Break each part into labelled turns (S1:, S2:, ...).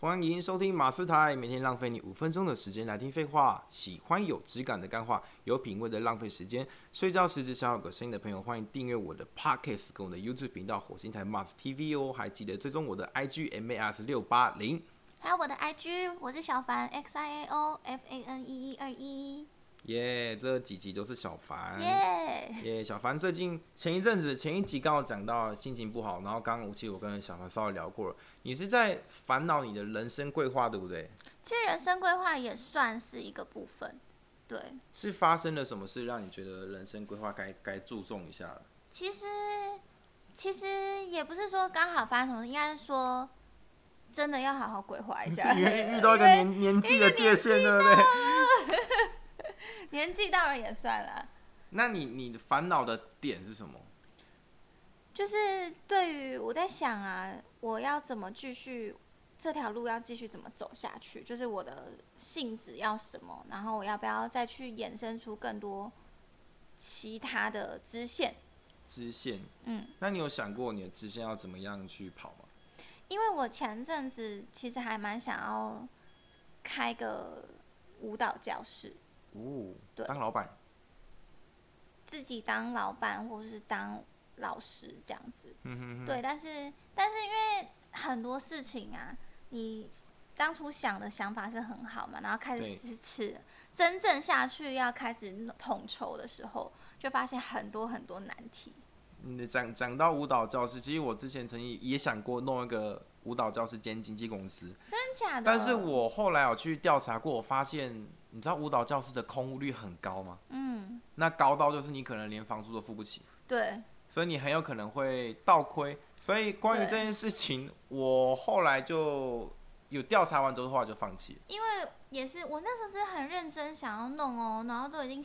S1: 欢迎收听马斯台，每天浪费你五分钟的时间来听废话。喜欢有质感的干话，有品味的浪费时间。睡觉时只想有个声音的朋友，欢迎订阅我的 Podcast 跟我的 YouTube 频道火星台 Mars TV 哦。还记得追踪我的 IG MAS 六八零。
S2: 还有我的 IG，我是小凡 X I A O F A N 一一二一，
S1: 耶、这几集都是小凡。
S2: 耶！
S1: 耶、小凡最近前一阵子前一集刚好讲到心情不好，然后刚刚其实我跟小凡稍微聊过了，你是在烦恼你的人生规划对不对？
S2: 其实人生规划也算是一个部分，对。
S1: 是发生了什么事让你觉得人生规划该该注重一下了？
S2: 其实其实也不是说刚好发生什么，应该是说真的要好好规划一
S1: 是
S2: 下。
S1: 因 为遇到一个年年纪的界限，对不对？
S2: 年纪到了也算了，
S1: 那你你烦恼的点是什么？
S2: 就是对于我在想啊，我要怎么继续这条路要继续怎么走下去，就是我的性质要什么，然后我要不要再去衍生出更多其他的支线。
S1: 支线，
S2: 嗯，
S1: 那你有想过你的支线要怎么样去跑吗？
S2: 因为我前阵子其实还蛮想要开个舞蹈教室，
S1: 哦，
S2: 对
S1: 当老板，
S2: 自己当老板或者是当老师这样子。
S1: 嗯哼哼，
S2: 对，但是但是因为很多事情啊，你当初想的想法是很好嘛，然后开
S1: 对
S2: 始支持，真正下去要开始弄统筹的时候，就发现很多很多难题。
S1: 你讲讲到舞蹈教室，其实我之前曾经也想过弄一个舞蹈教室兼经纪公司，
S2: 真假的？
S1: 但是我后来有去调查过，我发现你知道舞蹈教室的空屋率很高吗？
S2: 嗯，
S1: 那高到就是你可能连房租都付不起，
S2: 对，
S1: 所以你很有可能会倒亏。所以关于
S2: 对
S1: 这件事情，我后来就有调查完之后，后来就放弃了。
S2: 因为也是我那时候是很认真想要弄哦，然后都已经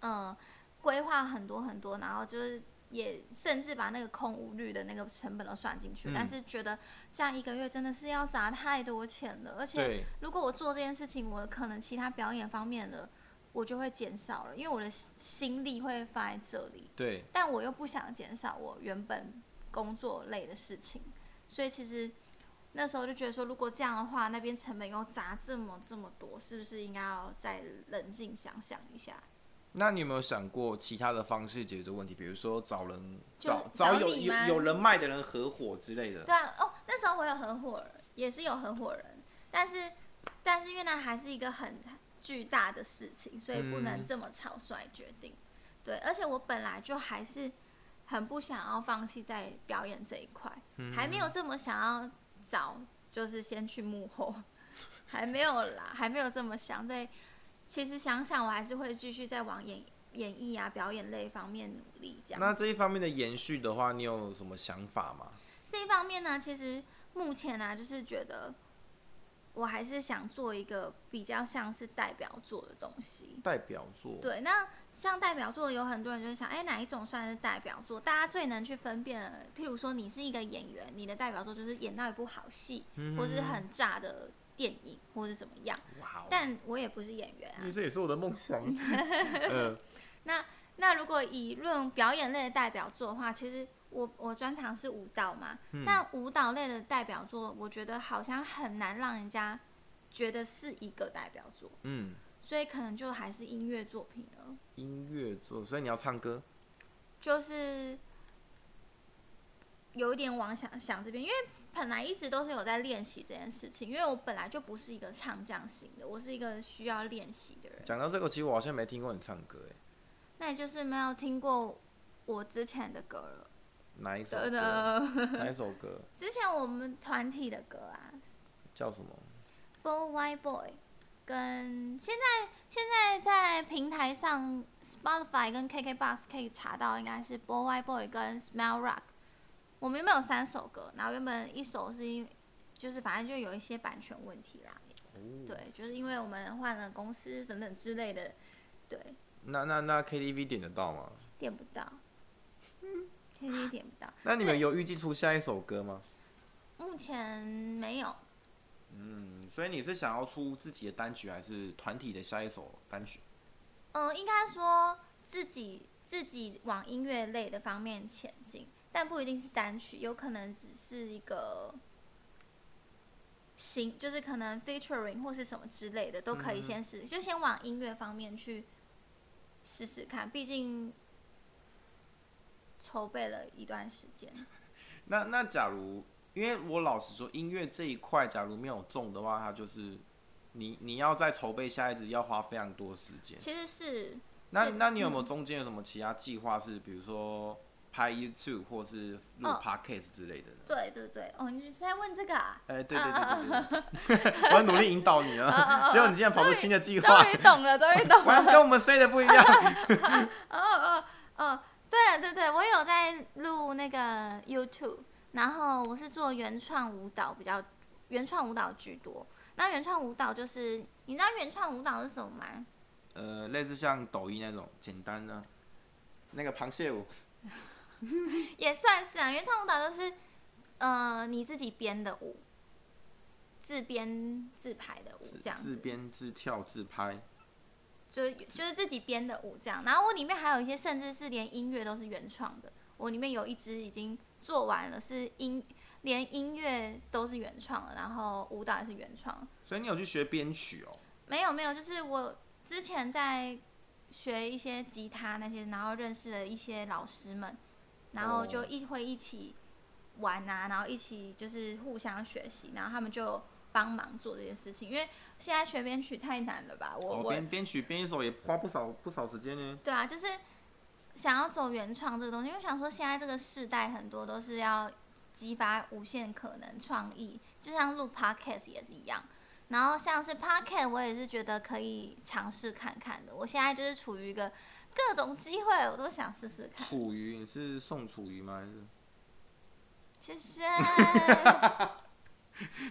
S2: 嗯规划很多很多，然后就是也甚至把那个空无率的那个成本都算进去，
S1: 嗯
S2: 但是觉得这样一个月真的是要砸太多钱了，而且
S1: 对，
S2: 如果我做这件事情，我可能其他表演方面的我就会减少了，因为我的心力会放在这里，
S1: 对，
S2: 但我又不想减少我原本工作类的事情，所以其实那时候就觉得说，如果这样的话，那边成本又砸这么这么多，是不是应该要再冷静想想一下？
S1: 那你有没有想过其他的方式解决问题？比如说找人
S2: 就
S1: 找
S2: 找
S1: 有
S2: 你
S1: 有
S2: 吗
S1: 有人脉的人合伙之类的。
S2: 对啊，哦，那时候我有合伙人，也是有合伙人，但是但是因为那还是一个很巨大的事情，所以不能
S1: 嗯
S2: 这么草率决定。对，而且我本来就还是很不想要放弃在表演这一块，还
S1: 嗯
S2: 没有这么想要找，就是先去幕后，还没有啦，还没有这么想。对，其实想想我还是会继续再往演演艺啊、表演类方面努力这样
S1: 那这一方面的延续的话，你有什么想法吗？
S2: 这一方面呢，其实目前呢、就是觉得我还是想做一个比较像是代表作的东西。
S1: 代表作，
S2: 对，那像代表作，有很多人就会想，哎，哪一种算是代表作？大家最能去分辨的，譬如说你是一个演员，你的代表作就是演到一部好戏，
S1: 嗯
S2: 或是很炸的电影，或是怎么样。
S1: 哇哦，
S2: 但我也不是演员啊，
S1: 这也是我的梦 想。呃，
S2: 那如果以论表演类的代表作的话，其实我我专长是舞蹈嘛，
S1: 嗯
S2: 那舞蹈类的代表作，我觉得好像很难让人家觉得是一个代表作，
S1: 嗯，
S2: 所以可能就还是音乐作品了，
S1: 音乐作，所以你要唱歌。
S2: 就是有一点往想想这边，因为本来一直都是有在练习这件事情，因为我本来就不是一个唱将型的，我是一个需要练习的人。
S1: 讲到这个，其实我好像没听过你唱歌，哎，
S2: 那你就是没有听过我之前的歌了，
S1: 哪一首歌？
S2: 真的。
S1: 哪一首歌
S2: 之前我们团体的歌啊
S1: 叫什么？
S2: ，Boy Boy，跟现在现在在平台上 Spotify 跟 KKBox 可以查到，应该是 Boy Boy 跟 Smell Rock。我们原本有三首歌，然后原本一首是因为就是反正就有一些版权问题啦，
S1: 哦嗯
S2: 对，就是因为我们换了公司等等之类的，对，
S1: 那那那 KTV 点得到吗？
S2: 点不到，嗯，KTV 点不到，
S1: 那你们有预计出下一首歌吗？
S2: 目前没有。
S1: 嗯，所以你是想要出自己的单曲，还是团体的下一首单曲？
S2: 嗯，应该说自己自己往音乐类的方面前进，但不一定是单曲，有可能只是一个行，就是可能 featuring 或是什么之类的，都可以先试，就先往音乐方面去试试看，毕竟筹备了一段时间。
S1: 那那假如，因为我老实说，音乐这一块假如没有中的话，它就是你你要再筹备下一支要花非常多时间。
S2: 其实是
S1: 那
S2: 是
S1: 那你有没有中间有什么其他计划是，比如说拍 YouTube 或是录
S2: 哦
S1: Podcast 之类的呢？
S2: 对对对，哦，你是在问这个啊？
S1: 哎、对对对对对， 我要努力引导你啊！结果你竟然跑出新的计
S2: 终
S1: 划，
S2: 于懂了，终于懂了。
S1: 完全跟我们 say 的不一样。
S2: 哦哦哦，对了对对，我有在录那个 YouTube，然后我是做原创舞蹈比较，原创舞蹈居多。那原创舞蹈就是，你知道原创舞蹈是什么吗？
S1: 呃，类似像抖音那种简单的，那个螃蟹舞，
S2: 也算是啊，原创舞蹈就是，呃，你自己编的舞，自编自排的舞
S1: 自
S2: 这样
S1: 自
S2: 子，
S1: 编自跳自拍。
S2: 就是就是自己编的舞这样。然后我里面还有一些，甚至是连音乐都是原创的。我里面有一支已经做完了，是音连音乐都是原创的，然后舞蹈也是原创。
S1: 所以你有去学编曲哦？
S2: 没有没有，就是我之前在学一些吉他那些，然后认识了一些老师们，然后就
S1: 哦
S2: 一会一起玩啊，然后一起就是互相学习，然后他们就帮忙做这些事情。因为现在学编曲太难了吧，我、
S1: 哦，
S2: 我
S1: 编编曲编一首也花不少不少时间呢。
S2: 对啊，就是想要走原创这个东西，因为想说现在这个世代很多都是要激发无限可能创意，就像录 podcast 也是一样。然后像是 podcast，我也是觉得可以尝试看看的。我现在就是处于一个各种机会我都想试试看。
S1: 楚瑜，你是宋楚瑜吗？还是？
S2: 谢谢。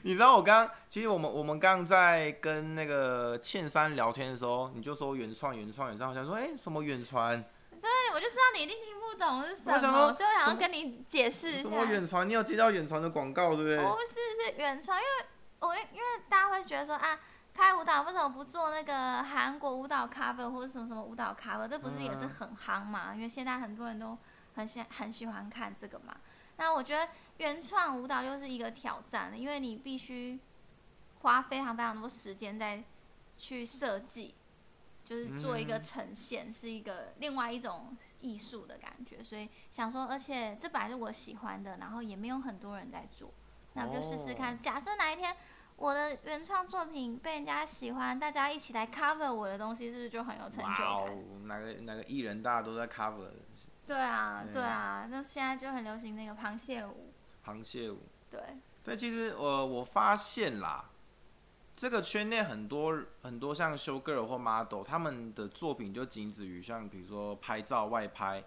S1: 你知道我刚刚，其实我们我们刚刚在跟那个倩珊聊天的时候，你就说原创原创原创，我想说，哎、什么远传？
S2: 对，我就知道你一定听不懂是什
S1: 我想说
S2: 么，所以我想
S1: 什
S2: 要
S1: 么
S2: 跟你解释一
S1: 什
S2: 下。
S1: 么远传？你有接到远传的广告，对不对？
S2: 不哦是是原创，因为我因为大家会觉得说啊，拍舞蹈为什么不做那个韩国舞蹈 cover 或者什么什么舞蹈 cover，这不是也是
S1: 嗯
S2: 很夯嘛？因为现在很多人都很喜很喜欢看这个嘛。那我觉得原创舞蹈就是一个挑战，因为你必须花非常非常多时间在去设计，就是做一个
S1: 嗯
S2: 呈现，是一个另外一种艺术的感觉。所以想说，而且这本来是我喜欢的，然后也没有很多人在做，那我就试试
S1: 哦
S2: 看。假设哪一天我的原创作品被人家喜欢，大家一起来 cover 我的东西，是不是就很有成就
S1: 哇哦
S2: 感？，
S1: 哪个哪个艺人大家都在 cover
S2: 对啊，
S1: 嗯
S2: 对啊，那现在就很流行那个螃蟹舞，
S1: 螃蟹舞？
S2: 对，
S1: 对，其实呃，我发现啦，这个圈内很多很多像修 girl 或 model，他们的作品就仅止于像比如说拍照外拍，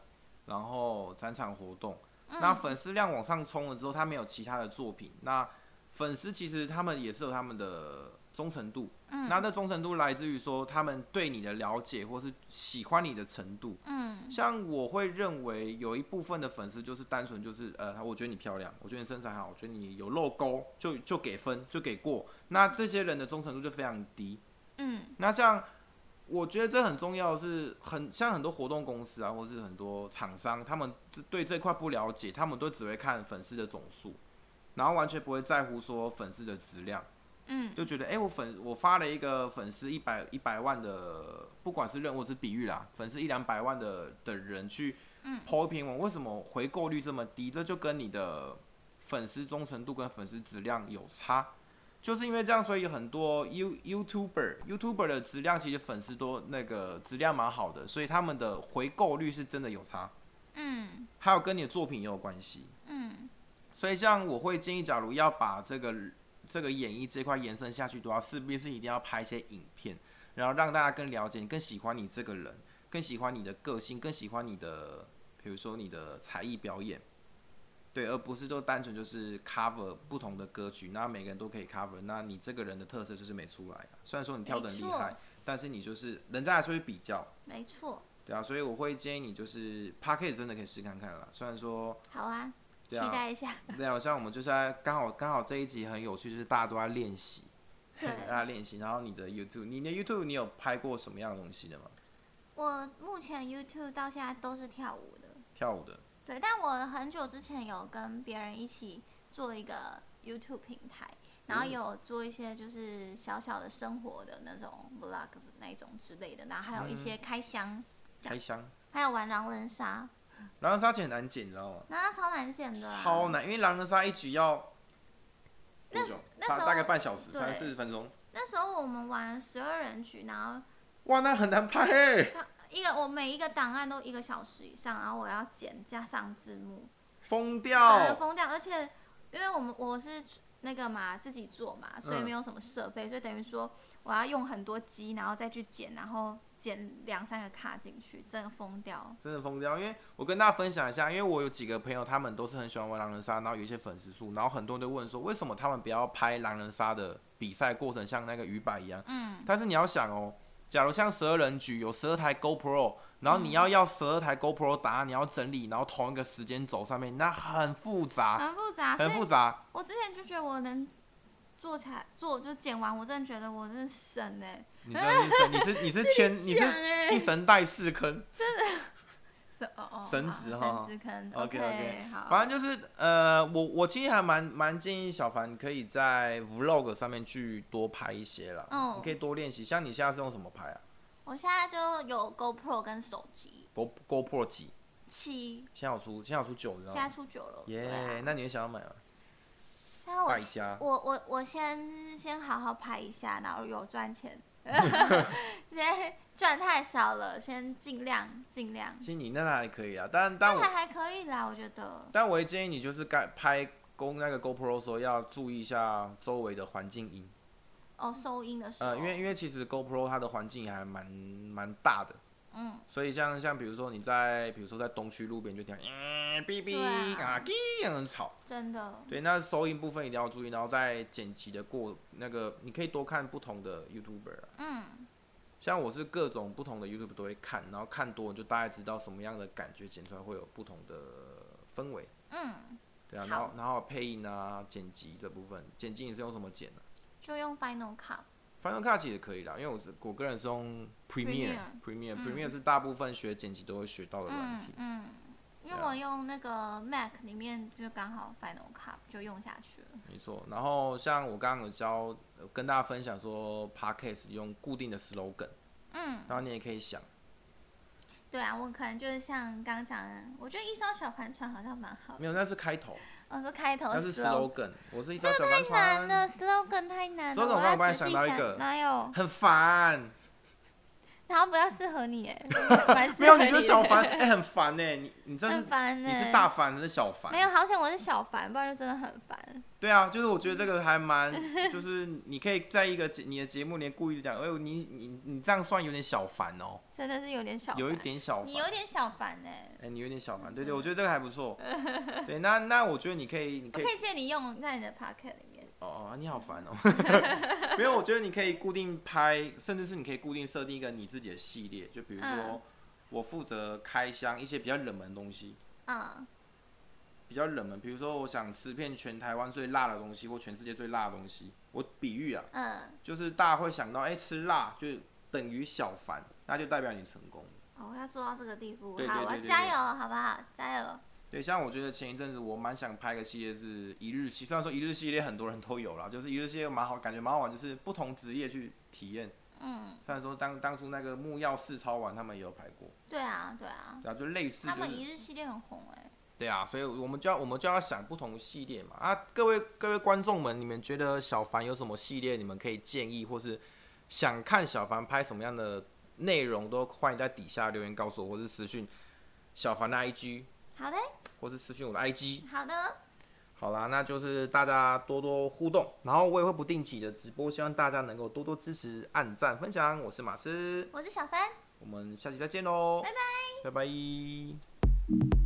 S1: 然后展场活动。那
S2: 嗯，
S1: 粉丝量往上冲了之后，他没有其他的作品，那粉丝其实他们也是有他们的忠诚度，
S2: 嗯
S1: 那这忠诚度来自于说他们对你的了解或是喜欢你的程度。
S2: 嗯
S1: 像我会认为有一部分的粉丝就是单纯就是呃，我觉得你漂亮，我觉得你身材好，我觉得你有露沟，就就给分，就给过。那这些人的忠诚度就非常低。
S2: 嗯
S1: 那像我觉得这很重要的是，很像很多活动公司啊，或是很多厂商，他们这对这块不了解，他们都只会看粉丝的总数，然后完全不会在乎说粉丝的质量。
S2: 嗯，
S1: 就觉得，哎、我粉我发了一个粉丝一百一百万的，不管是任务是比喻啦，粉丝一两百万的的人去
S2: 嗯
S1: 抛篇文，为什么回购率这么低？这就跟你的粉丝忠诚度跟粉丝质量有差，就是因为这样，所以很多 You YouTuber YouTuber 的质量其实粉丝都那个质量蛮好的，所以他们的回购率是真的有差，
S2: 嗯
S1: 还有跟你的作品也有关系。
S2: 嗯
S1: 所以，像我会建议，假如要把这个这个演艺这块延伸下去的话，势必是一定要拍一些影片，然后让大家更了解你、更喜欢你这个人、更喜欢你的个性、更喜欢你的，比如说你的才艺表演，对，而不是就单纯就是 cover 不同的歌曲，那每个人都可以 cover，那你这个人的特色就是没出来啊、虽然说你跳得很厉
S2: 没错
S1: 害，但是你就是人家还是会比较，
S2: 没错，
S1: 对啊，所以我会建议你就是 p a c k a g e 真的可以试看看啦，虽然说。
S2: 好啊，期
S1: 对啊
S2: 待一下，
S1: 对啊，像我们就是在刚好刚好这一集很有趣，就是大家都在练习，
S2: 对
S1: 大家练习。然后你的 YouTube，你的 YouTube 你有拍过什么样的东西的吗？
S2: 我目前 YouTube 到现在都是跳舞的，
S1: 跳舞的，
S2: 对，但我很久之前有跟别人一起做一个 YouTube 平台，然后
S1: 嗯
S2: 有做一些就是小小的生活的那种 vlog 那一种之类的，然后还有一些
S1: 嗯
S2: 开箱，这样
S1: 开箱。
S2: 还有玩狼人杀，
S1: 狼人杀其实很难剪，你知道吗？
S2: 那超难剪的、啊，
S1: 超难，因为狼人杀一局要
S2: 那
S1: 多
S2: 时
S1: 久？
S2: 那
S1: 大
S2: 时候
S1: 大概半小时，
S2: 对
S1: 三四十分钟。
S2: 那时候我们玩十二人局，然后
S1: 哇，那很难拍诶、
S2: 超一个我每一个档案都一个小时以上，然后我要剪加上字幕，
S1: 疯
S2: 真的
S1: 掉。
S2: 疯掉。而且因为我们我是那个嘛自己做嘛，所以没有什么设
S1: 嗯
S2: 备，所以等于说我要用很多机，然后再去剪，然后剪两三个卡进去，真的疯掉。
S1: 真的疯掉，因为我跟大家分享一下，因为我有几个朋友，他们都是很喜欢玩狼人杀，然后有一些粉丝数，然后很多人都问说，为什么他们不要拍狼人杀的比赛过程，像那个鱼摆一样？
S2: 嗯，
S1: 但是你要想哦，假如像十二人局有十二台 GoPro，然后你
S2: 嗯
S1: 要要十二台 GoPro 打，你要整理，然后同一个时间轴上面，那很复杂，
S2: 很复啊杂，所
S1: 啊很
S2: 以
S1: 复杂。
S2: 我之前就觉得我能做起来做就剪完，我真的觉得我真的神哎、
S1: 你知道你是你是 你是天你
S2: 讲
S1: 是
S2: 哎、
S1: 一神带四坑，
S2: 神哦哦，
S1: 神
S2: 好
S1: 职哈
S2: 神职可能
S1: OK，OK
S2: 好，
S1: 反正就是呃，我我其实还蛮蛮建议小凡可以在 Vlog 上面去多拍一些啦，
S2: 嗯
S1: 你可以多练习。像你现在是用什么拍啊
S2: 我现在就有 GoPro 跟手机
S1: ？Go GoPro 几？
S2: 七，
S1: 现在有出现在有出九，你知道
S2: 现在
S1: 吗？
S2: 出九了，
S1: 耶、
S2: 对啊。
S1: 那你会想要买吗？
S2: 但是我
S1: 败家
S2: 我我我先先好好拍一下，然后有赚钱， 现在赚太少了，先尽量尽量。
S1: 其实你那还可以啊，但但
S2: 那
S1: 我
S2: 还还可以啦，我觉得。
S1: 但我会建议你就是该拍公那个 GoPro 的时候要注意一下周围的环境音，
S2: 哦，收音的时候，
S1: 呃，因为因为其实 GoPro 它的环境还蛮蛮大的，
S2: 嗯，
S1: 所以像像比如说你在比如说在东区路边就听到，嗯，哔哔
S2: 对啊
S1: 啊，叽，很吵。
S2: 真的，
S1: 对，那收音部分一定要注意，然后在剪辑的过那个，你可以多看不同的 YouTuber 啊。
S2: 嗯，
S1: 像我是各种不同的 YouTube 都会看，然后看多了就大概知道什么样的感觉剪出来会有不同的氛围。
S2: 嗯，
S1: 对啊，
S2: 好
S1: 然后然后配音啊、剪辑这部分，剪辑你是用什么剪的、
S2: 就用 Final Cut。
S1: 反正 Cut 其实也可以啦，因为我是我个人是用 Premiere Premiere
S2: 嗯
S1: Premiere 是大部分学剪辑都会学到的软
S2: 嗯
S1: 体。
S2: 嗯，因为
S1: 对啊
S2: 我用那个 Mac 里面就刚好 Final Cut 就用下去了。
S1: 没错，然后像我刚刚有教呃跟大家分享说 Podcast 用固定的 slogan，
S2: 嗯，
S1: 然后你也可以想。
S2: 对啊，我可能就是像刚讲的，我觉得一艘小帆船好像蛮好的。
S1: 没有，那是开头，
S2: 我说开头
S1: 那是
S2: slogan
S1: slogan。我是一艘小帆
S2: 难
S1: 船，
S2: 了，slogan 太难了，
S1: slogan
S2: 我
S1: 我帮
S2: 要
S1: 你
S2: 仔
S1: 想
S2: 细
S1: 到一个
S2: 哪有？
S1: 很烦。
S2: 然后不要适合 你哎，蛮适
S1: 没
S2: 合
S1: 有，
S2: 你
S1: 你
S2: 的
S1: 就是小凡，哎，很烦呢。你你这
S2: 很
S1: 是
S2: 烦
S1: 你
S2: 哎，
S1: 是大凡，还是小凡
S2: 没？有，好险我是小凡，不然就真的很烦。
S1: 对啊，就是我觉得这个还蛮，就是你可以在一个节你的节目里面故意讲，哎呦，你你你这样算有点小烦哦，
S2: 真的是有点小烦，
S1: 有一点小
S2: 你有嗯
S1: 烦。
S2: 点小烦哎、
S1: 哎，你有点小烦，对对，我觉得这个还不 错。对，那那我觉得你可以，你
S2: 我
S1: 可以
S2: 可以借你用在你的 pocket 里面。
S1: 哦，哦，你好烦哦。 没有，我觉得你可以固定拍，甚至是你可以固定设定一个你自己的系列，就比如
S2: 嗯
S1: 说我负责开箱一些比较冷门的东西，
S2: 嗯，
S1: 比较冷门，比如说我想吃遍全台湾最辣的东西或全世界最辣的东西。我比喻啊，
S2: 嗯，
S1: 就是大家会想到，哎、吃辣就等于小凡，那就代表你成功。
S2: 哦，我要做到这个地步，
S1: 对
S2: 好，
S1: 对
S2: 我
S1: 对
S2: 要
S1: 对
S2: 加
S1: 对
S2: 油，好不好？加油！
S1: 对，像我觉得前一阵子我蛮想拍个系列是一日系，虽然说一日系列很多人都有啦，就是一日系列蛮好，感觉蛮好玩，就是不同职业去体验。
S2: 嗯，
S1: 虽然说当当初那个木曜四超玩他们也有排过，
S2: 对啊，对啊，
S1: 对啊，就类似
S2: 他
S1: 就
S2: 们
S1: 是
S2: 一日系列很红哎、
S1: 对啊，所以我们就要我们就要想不同系列嘛啊，各位各位观众们，你们觉得小凡有什么系列，你们可以建议或是想看小凡拍什么样的内容，都欢迎在底下留言告诉我，或是私讯小凡的 IG，
S2: 好的，
S1: 或是私讯我的 IG。
S2: 好的，
S1: 好啦，那就是大家多多互动，然后我也会不定期的直播，希望大家能够多多支持、按赞、分享。我是马斯，
S2: 我是小帆。
S1: 我们下期再见喽，拜拜，拜拜。